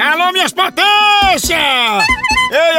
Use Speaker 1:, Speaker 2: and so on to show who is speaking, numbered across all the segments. Speaker 1: Atenção, minhas potências! Ei,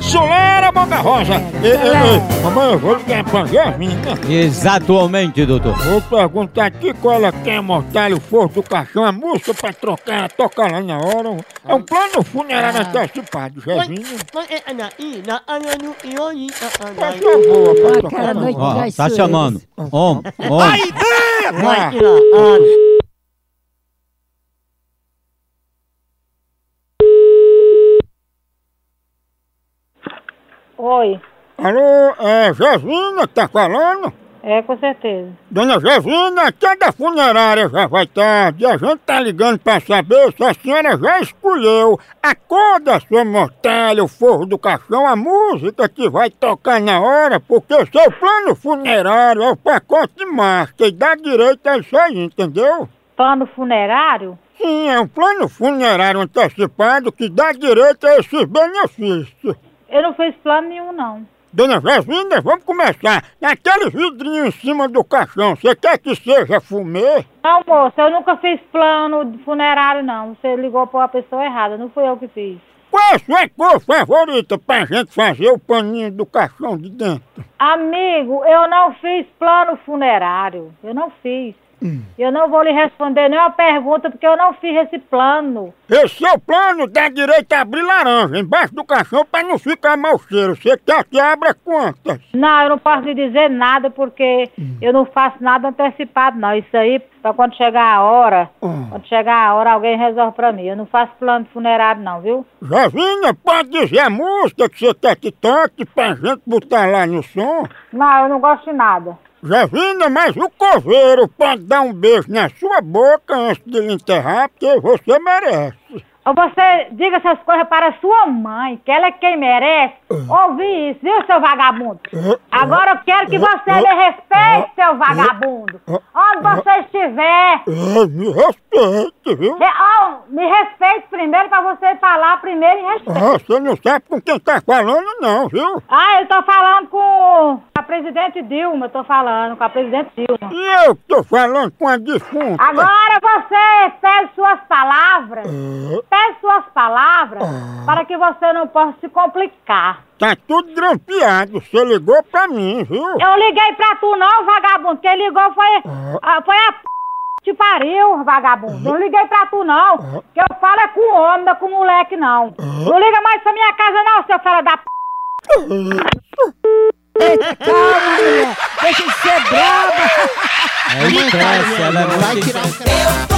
Speaker 1: Solera Boca Rosa! Ei, ei, ei, mamãe, eu vou ligar pra Jasmina.
Speaker 2: Exatamente, doutor.
Speaker 1: Vou perguntar aqui qual ela quer montar o forro do caixão, a música pra trocar, tocar lá na hora. É um plano funerário antecipado, Jasmina. Mas é boa pra
Speaker 3: Aquela
Speaker 1: tocar.
Speaker 3: noite
Speaker 2: Ó,
Speaker 3: das
Speaker 2: tá
Speaker 3: suas.
Speaker 2: chamando. Om, om.
Speaker 1: Aí, Débora!
Speaker 4: Oi,
Speaker 1: Alô, é Jasmina que tá falando?
Speaker 4: é com certeza.
Speaker 1: Dona Jasmina, aqui é da funerária já vai tarde. A gente tá ligando pra saber se a senhora já escolheu a cor da sua mortalha, o forro do caixão, a música que vai tocar na hora, porque o seu plano funerário é o pacote master e dá direito a isso aí, entendeu?
Speaker 4: Plano funerário?
Speaker 1: Sim, é um plano funerário antecipado que dá direito a esses benefícios.
Speaker 4: Eu não fiz plano nenhum, não.
Speaker 1: Dona Jasmina, vamos começar. Naquele vidrinho em cima do caixão, você quer que seja fumê?
Speaker 4: Não, moça, eu nunca fiz plano de funerário, não. Você ligou pra uma pessoa errada, não fui eu que fiz.
Speaker 1: Qual é a sua cor favorita pra gente fazer o paninho do caixão de dentro?
Speaker 4: Amigo, eu não fiz plano funerário. Eu não fiz. Eu não vou lhe responder nenhuma pergunta, porque eu não fiz esse plano.
Speaker 1: Esse seu plano dá direito a abrir laranja embaixo do caixão pra não ficar mau cheiro. Você quer que abra quantas?
Speaker 4: Não, eu não posso lhe dizer nada, porque eu não faço nada antecipado, não. Isso aí, pra quando chegar a hora, quando chegar a hora, alguém resolve pra mim. Eu não faço plano de funerário, não, viu?
Speaker 1: Jovinha, pode dizer a música que você quer que toque pra gente botar lá no som?
Speaker 4: Não, eu não gosto de nada.
Speaker 1: Jovinha, mas o coveiro pode dar um beijo na sua boca antes de lhe enterrar, porque você merece.
Speaker 4: Ou você diga essas coisas para sua mãe, que ela é quem merece ouvir isso, viu, seu vagabundo? Agora eu quero que você me respeite, seu vagabundo. Onde você estiver,
Speaker 1: É, me respeite, viu?
Speaker 4: me, ó, me respeite primeiro para você falar primeiro e respeite.
Speaker 1: Ah, você não sabe com quem tá falando não, viu?
Speaker 4: Ah, eu tô falando com a presidente Dilma, eu tô falando com a presidente Dilma.
Speaker 1: E eu que tô falando com a defunta.
Speaker 4: Agora você pede suas palavras,
Speaker 1: Ah.
Speaker 4: pede suas palavras para que você não possa se complicar.
Speaker 1: Tá tudo grampeado, você ligou pra mim, viu?
Speaker 4: Eu liguei pra tu não, vagabundo. Quem ligou foi, ah, foi a p... que te pariu, vagabundo. Não liguei pra tu não. Que eu falo é com homem, não é com moleque não. Não liga mais pra minha casa não, seu fera da p...
Speaker 3: Calma, mulher! Deixa de ser brava!
Speaker 2: É estresse, ela é muito estresse.
Speaker 5: Eu tô